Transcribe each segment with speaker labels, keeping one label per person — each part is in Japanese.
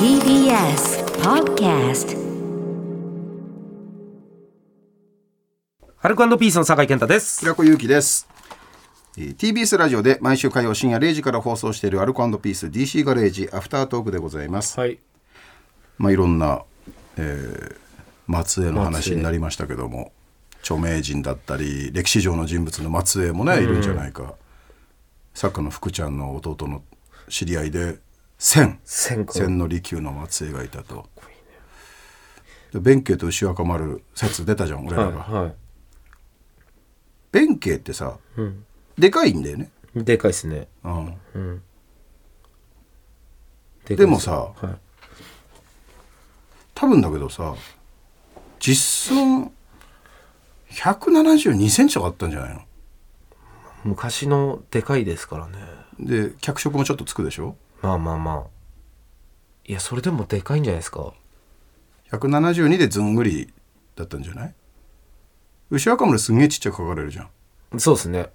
Speaker 1: TBS Podcast
Speaker 2: ハルコピースの酒井健太です。
Speaker 3: 平子祐希です、えー TBS ラジオで毎週火曜深夜0時から放送しているアルコピース DC ガレージアフタートークでございます、
Speaker 4: はい。
Speaker 3: まあいろんな、えー松江の話になりましたけども著名人だったり歴史上の人物の松江もねいるんじゃないか作家の福ちゃんの弟の知り合いで千
Speaker 2: 千個
Speaker 3: 千利休の松江がいたとで弁慶と牛若丸説出たじゃん俺らが、
Speaker 2: は
Speaker 3: 弁慶ってさ、でかいんだよね
Speaker 2: い。でかいっすね。
Speaker 3: うん
Speaker 2: でか
Speaker 3: で
Speaker 2: いっす
Speaker 3: もさ、
Speaker 2: はい
Speaker 3: 多分だけどさ実寸172センチとかあったんじゃないの
Speaker 2: 昔のでかいですからね。
Speaker 3: で脚色もちょっとつくでしょ
Speaker 2: まあまあまあ。いや、それでもでかいんじゃないですか。
Speaker 3: 172でずんぐりだったんじゃない牛若丸すんげえちっちゃく描かれるじゃん、
Speaker 2: そうですね。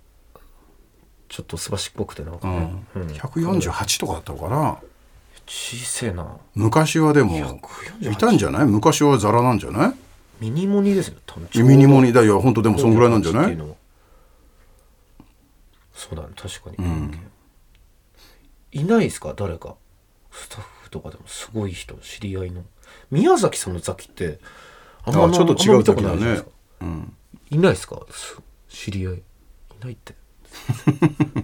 Speaker 2: ちょっとすばしっぽくてなんか
Speaker 3: う
Speaker 2: ね。
Speaker 3: ん148とかだったのかな
Speaker 2: 小せえな。
Speaker 3: 昔はでもいたんじゃない昔はザラなんじゃない
Speaker 2: ミニモニですよ、多分。
Speaker 3: ミニモニだよ本当でもそんぐらいなんじゃ
Speaker 2: っ
Speaker 3: な
Speaker 2: て
Speaker 3: いう
Speaker 2: のはそうだね、確かに。いないですか、誰か。スタッフとかでもすごい人、知り合いの。宮崎さんのザキって、あ
Speaker 3: あ
Speaker 2: んま
Speaker 3: ちょっと違う時
Speaker 2: あ
Speaker 3: だ
Speaker 2: んま見たことないじゃないで
Speaker 3: ね
Speaker 2: すかいないですかす知り合いいないって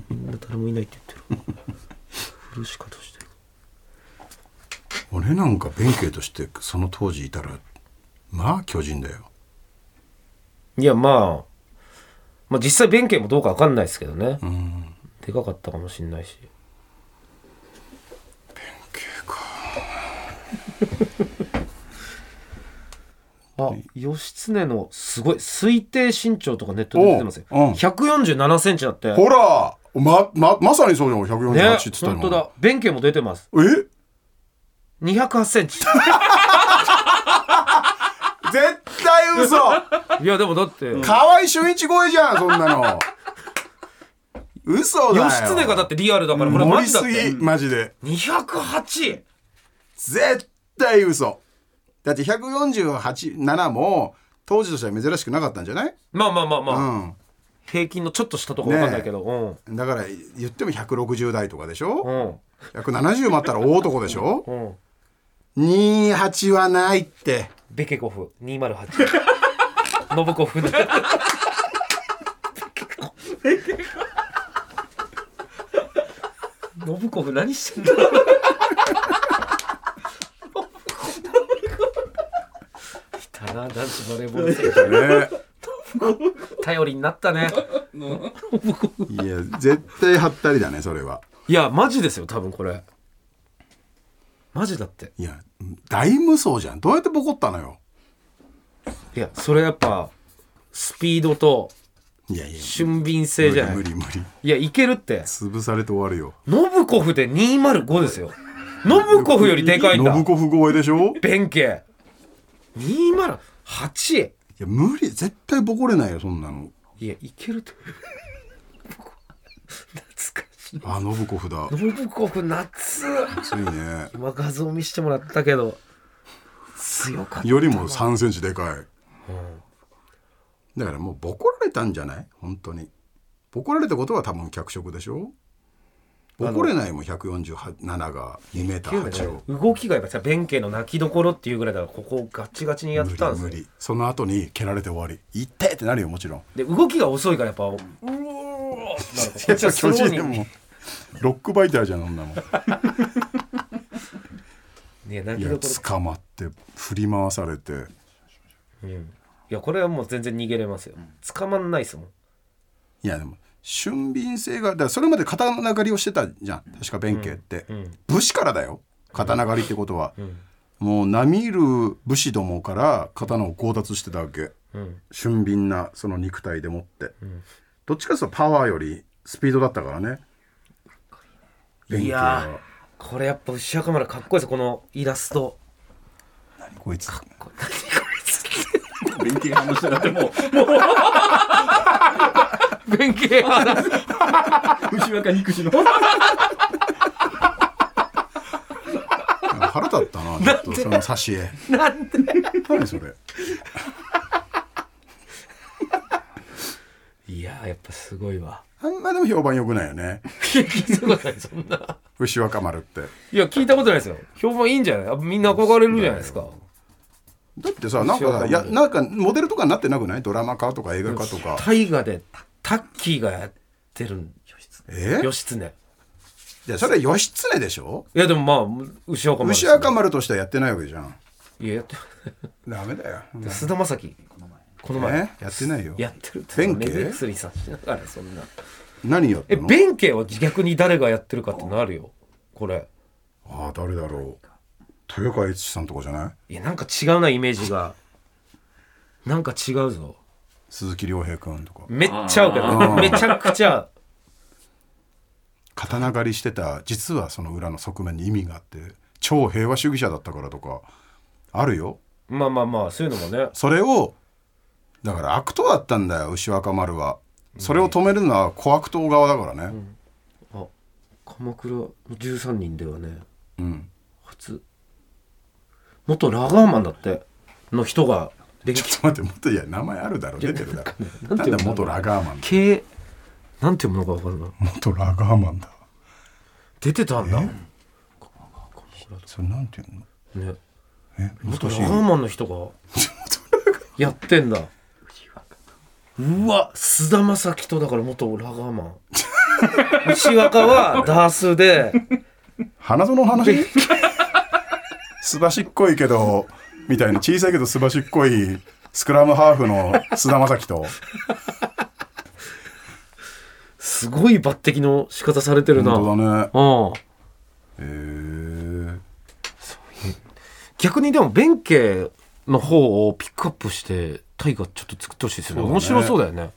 Speaker 2: みんな誰もいないって言ってる古しかとしてる
Speaker 3: 俺なんか弁慶としてその当時いたらまあ巨人だよ
Speaker 2: いやまあまあ実際弁慶もどうかわかんないですけどね、でかかったかもしんないし弁慶か あ義経のすごい推定身長とかネットで出てますよ、
Speaker 3: おううん
Speaker 2: 147センチだって
Speaker 3: ほらま、ま、まさにそうじゃん、148
Speaker 2: ね
Speaker 3: って言ったの。
Speaker 2: 本当だ弁慶も出てます
Speaker 3: え
Speaker 2: 208セン チ
Speaker 3: 絶 対嘘
Speaker 2: いやでもだって
Speaker 3: 河合俊一超えじゃん、そんなの。嘘だよ。
Speaker 2: 義経がだってリアルだからこれ
Speaker 3: 盛
Speaker 2: マ
Speaker 3: り
Speaker 2: ジだっ
Speaker 3: す
Speaker 2: て
Speaker 3: ぎ、マジで。
Speaker 2: 208
Speaker 3: 絶対嘘。だって148、7も、当時としては珍しくなかったんじゃない
Speaker 2: まあまあまあまあ、
Speaker 3: うん。
Speaker 2: 平均のちょっと下とかわかんないけど、
Speaker 3: だから、言っても160代とかでしょ、
Speaker 2: うん
Speaker 3: 170もあったら大男でしょ
Speaker 2: うんうん
Speaker 3: 28はないって。
Speaker 2: ベケコフ208 ノブコフベケコフノブコフ何してんだ来たな男子バレーボール選手
Speaker 3: ね
Speaker 2: 頼りになったね
Speaker 3: いや、絶対はったりだね、それは。
Speaker 2: いやマジですよ多分これマジだって
Speaker 3: いや、大無双じゃん。どうやってボコったのよ。
Speaker 2: いやそれやっぱスピードと
Speaker 3: いやいや、
Speaker 2: 俊敏性じゃない
Speaker 3: 無理無理無理。
Speaker 2: いやいけるって
Speaker 3: 潰されて終わるよ。
Speaker 2: ノブコフで205ですよノブコフよりでかいんだ
Speaker 3: 信子不合えでしょい
Speaker 2: 弁慶208
Speaker 3: や、無理。絶対ボコれないよ、そんなの。
Speaker 2: いやいけると懐かしい
Speaker 3: あ、信子フだ。
Speaker 2: ノブコフ夏
Speaker 3: ついね。
Speaker 2: 今画像見せてもらったけど強かった
Speaker 3: よりも3センチでかい。だからもうボコられたんじゃない本当に。ボコられたことは多分脚色でしょボコれないもん147が2メーター8を。
Speaker 2: 動きがやっぱさ弁慶の泣きどころっていうぐらいだからここをガチガチにやっ
Speaker 3: 無
Speaker 2: たんで
Speaker 3: 理
Speaker 2: すよ
Speaker 3: 無理。その後に蹴られて終わり。いってってなるよ、もちろん。
Speaker 2: で動きが遅いからやっぱうおーなんかこっちはスローに
Speaker 3: でも。ロックバイターじゃん、そんなもん。
Speaker 2: ね泣
Speaker 3: い
Speaker 2: き
Speaker 3: や
Speaker 2: どころ
Speaker 3: 捕まって振り回されて
Speaker 2: いやこれはもう全然逃げれますよ捕まんないですもん
Speaker 3: いやでも俊敏性がだからそれまで刀狩りをしてたじゃん確か弁慶って、武士からだよ刀狩りってことは、もう並みいる武士どもから刀を強奪してたわけ、俊敏なその肉体でもって、どっちかというとパワーよりスピードだったからね弁
Speaker 2: い
Speaker 3: 慶
Speaker 2: や
Speaker 3: は
Speaker 2: ーこれやっぱ牛若丸かっこいいですこのイラスト
Speaker 3: 何こいつ
Speaker 4: 弁慶派の人だってもう、
Speaker 2: 弁慶は
Speaker 4: 牛若肉子の。
Speaker 3: 腹立った なちょっとその挿絵
Speaker 2: なんで
Speaker 3: 何それ
Speaker 2: いやーやっぱすごいわ
Speaker 3: あんまでも評判良くないよね
Speaker 2: すごいねそんな
Speaker 3: 牛若丸って
Speaker 2: いや聞いたことないですよ評判いいんじゃないあみんな憧れるじゃないですか
Speaker 3: だってさなんかさいやなんかモデルとかになってなくないドラマ化とか映画化とか
Speaker 2: 大河でタッキーがやってるん
Speaker 3: え
Speaker 2: 義経
Speaker 3: いやそれ義経でしょ
Speaker 2: いやでもまあ牛若丸です
Speaker 3: 牛
Speaker 2: ね
Speaker 3: 若丸としてはやってないわけじゃん
Speaker 2: いややって
Speaker 3: ダメだよ、うんね、
Speaker 2: 菅田将暉この前
Speaker 3: やってないよ
Speaker 2: やってるって
Speaker 3: 弁慶
Speaker 2: 目薬さしながらそんな
Speaker 3: 何やっ
Speaker 2: え
Speaker 3: たの
Speaker 2: 弁慶は逆に誰がやってるかってなるよこれ
Speaker 3: ああ誰だろう豊川悦司さんとかじゃない
Speaker 2: いやなんか違うなイメージがなんか違うぞ
Speaker 3: 鈴木亮平君とか
Speaker 2: めっちゃ合うけどめちゃくちゃ
Speaker 3: 刀狩りしてた実はその裏の側面に意味があって超平和主義者だったからとかあるよ
Speaker 2: まあまあまあそういうのもね
Speaker 3: それをだから悪党だったんだよ牛若丸はそれを止めるのは小悪党側だからね
Speaker 2: あ鎌倉の13人ではね
Speaker 3: うん、
Speaker 2: 初元ラガーマンだっての人ができ
Speaker 3: ちょっと待ってもっといや名前あるだろ出てるだろ
Speaker 2: なんかねなん
Speaker 3: なん
Speaker 2: ていうの
Speaker 3: で元ラガーマンだ
Speaker 2: 系なんていうのか分かんない
Speaker 3: 元ラガーマンだ
Speaker 2: 出てたんだね
Speaker 3: それなんていうのえ
Speaker 2: 元
Speaker 3: 元
Speaker 2: ラ
Speaker 3: シ
Speaker 2: ガー
Speaker 3: ーン
Speaker 2: マンの人が やってんだうわ菅田将暉とだから元ラガーマン牛若はダースで
Speaker 3: 花園 の話すばしっこいけどみたいな小さいけどすばしっこいスクラムハーフの菅田将暉と
Speaker 2: すごい抜擢の仕方されてるな
Speaker 3: 本当
Speaker 2: う
Speaker 3: だね
Speaker 2: ん
Speaker 3: へえ
Speaker 2: 逆にでも弁慶の方をピックアップして大河ちょっと作ってほしいですよね
Speaker 3: そうだね
Speaker 2: 面白そうだよね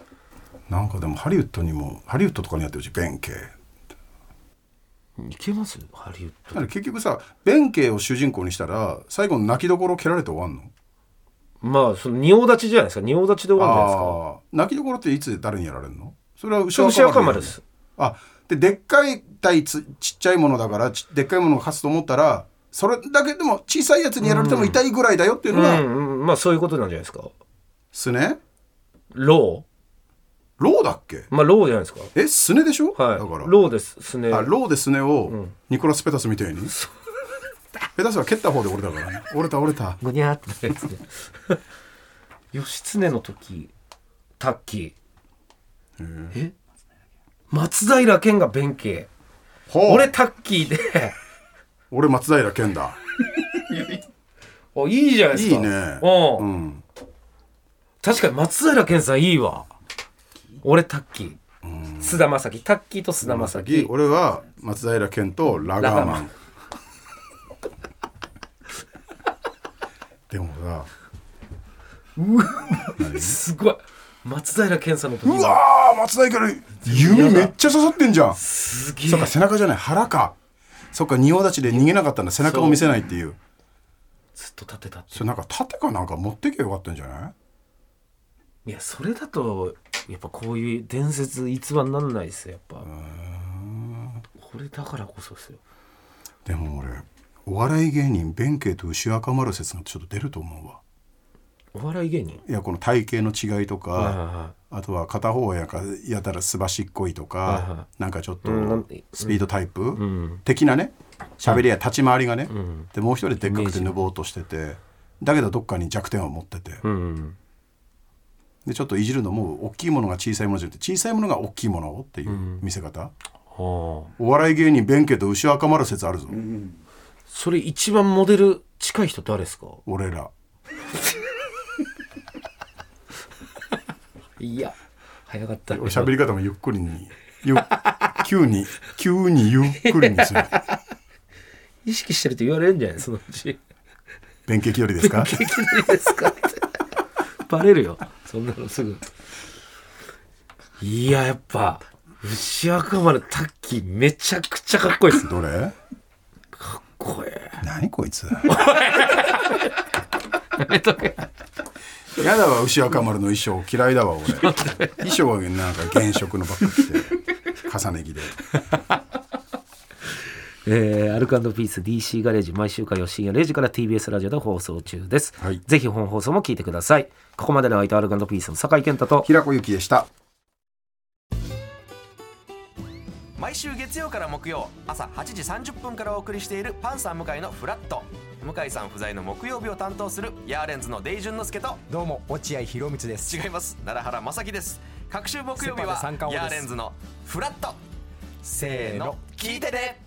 Speaker 3: なんかでもハリウッドにもハリウッドとかにやってるし弁慶
Speaker 2: いけますハリウッ
Speaker 3: だから結局さ弁慶を主人公にしたら最後の泣きどころを蹴られて終わんの
Speaker 2: ドまあその仁王立ちじゃないですか仁王立ちで終わるんじゃないですか
Speaker 3: ああ泣きどころっていつ誰にやられるのそれは
Speaker 2: ちょ
Speaker 3: 牛
Speaker 2: 若
Speaker 3: 若
Speaker 2: 丸で
Speaker 3: 丸
Speaker 2: す
Speaker 3: あででっかい対つちっちゃいものだからちでっかいものを勝つと思ったらそれだけでも小さいやつにやられても痛いぐらいだよっていう
Speaker 2: う
Speaker 3: のが
Speaker 2: ん、うん、まあそういうことなんじゃないですか
Speaker 3: すね
Speaker 2: ロ
Speaker 3: ローだっけ
Speaker 2: ーまあローじゃないですか
Speaker 3: えすねでしょ、
Speaker 2: はい
Speaker 3: だから
Speaker 2: ローですすね
Speaker 3: あローですねをニコラス・ペタスみたいに、ペタスは蹴った方で折れたからね折れた折れた
Speaker 2: ぐにゃーってなるやつで義経の時タッキーえ松平健が弁慶
Speaker 3: ほう
Speaker 2: 俺タッキーで
Speaker 3: 俺松平健だ
Speaker 2: おいいじゃないですか
Speaker 3: いいね
Speaker 2: おう
Speaker 3: うん
Speaker 2: 確かに松平健さんいいわ俺タッキー菅田将暉タッキーと菅田将
Speaker 3: 次
Speaker 2: 暉
Speaker 3: 俺は松平健とラガ
Speaker 2: ラガー
Speaker 3: ーマン
Speaker 2: マン
Speaker 3: でもさ
Speaker 2: すごい松平健さんの時
Speaker 3: うわー松平健弓めっちゃ刺さってんじゃんそ
Speaker 2: すげえ
Speaker 3: っか背中じゃない腹かそっか仁王立ちで逃げなかったんだ背中を見せないっていう
Speaker 2: ずっと立ってたって
Speaker 3: それなんか盾かなんか持ってけばよかったんじゃない
Speaker 2: いやそれだとやっぱこういう伝説逸話になんないですよやっぱこれだからこそですよ
Speaker 3: でも俺お笑い芸人弁慶と牛若丸説がちょっと出ると思うわ
Speaker 2: お笑い芸人
Speaker 3: いやこの体型の違いとか、
Speaker 2: はいはいは
Speaker 3: あとは片方やかやたらすばしっこいとか、
Speaker 2: はいは
Speaker 3: なんかちょっと
Speaker 2: うんなん
Speaker 3: スピードタイプ、的なね喋りや立ち回りがね、でもう一人でっか
Speaker 2: イメ
Speaker 3: く
Speaker 2: ー
Speaker 3: て
Speaker 2: ジ
Speaker 3: ぬぼーっとしててだけどどっかに弱点を持ってて、
Speaker 2: うん
Speaker 3: でちょっといじるのも大きいものが小さいものじゃなくて小さいものが大きいものをっていう見せ方、
Speaker 2: はあ
Speaker 3: お笑い芸人弁慶と牛若丸説あるぞ、
Speaker 2: それ一番モデル近い人誰ですか
Speaker 3: 俺ら
Speaker 2: いや早かった
Speaker 3: 俺喋り方もゆっ くりにゆ急に急にゆっくりにする
Speaker 2: 意識してると言われるんじゃないそのうち
Speaker 3: 弁慶気取りです か
Speaker 2: 激怒りですかってバレるよそんなのすぐいややっぱ牛若丸タッキーめちゃくちゃかっこいいです
Speaker 3: どれ
Speaker 2: これ
Speaker 3: 何こいつ
Speaker 2: やめとけ
Speaker 3: やだわ牛若丸の衣装嫌いだわ俺衣装はなんか原色のばっか着て重ね着で
Speaker 2: えー、アルカンドピース DC ガレージ毎週火曜深夜0時から TBS ラジオで放送中です、
Speaker 3: はい
Speaker 2: ぜひ本放送も聞いてくださいここまでの相手はアルカンドピースの酒井健太と
Speaker 3: 平子ゆきでした
Speaker 5: 毎週月曜から木曜朝8時30分からお送りしているパンサー向井のフラット向井さん不在の木曜日を担当するヤーレンズのデイジュンの之介と
Speaker 6: どうも落合博満です
Speaker 5: 違います奈良原正樹です各週木曜日は
Speaker 6: セパで三冠王
Speaker 5: ヤ
Speaker 6: で
Speaker 5: ー
Speaker 6: す
Speaker 5: レンズのフラットせーの聞いてて、ね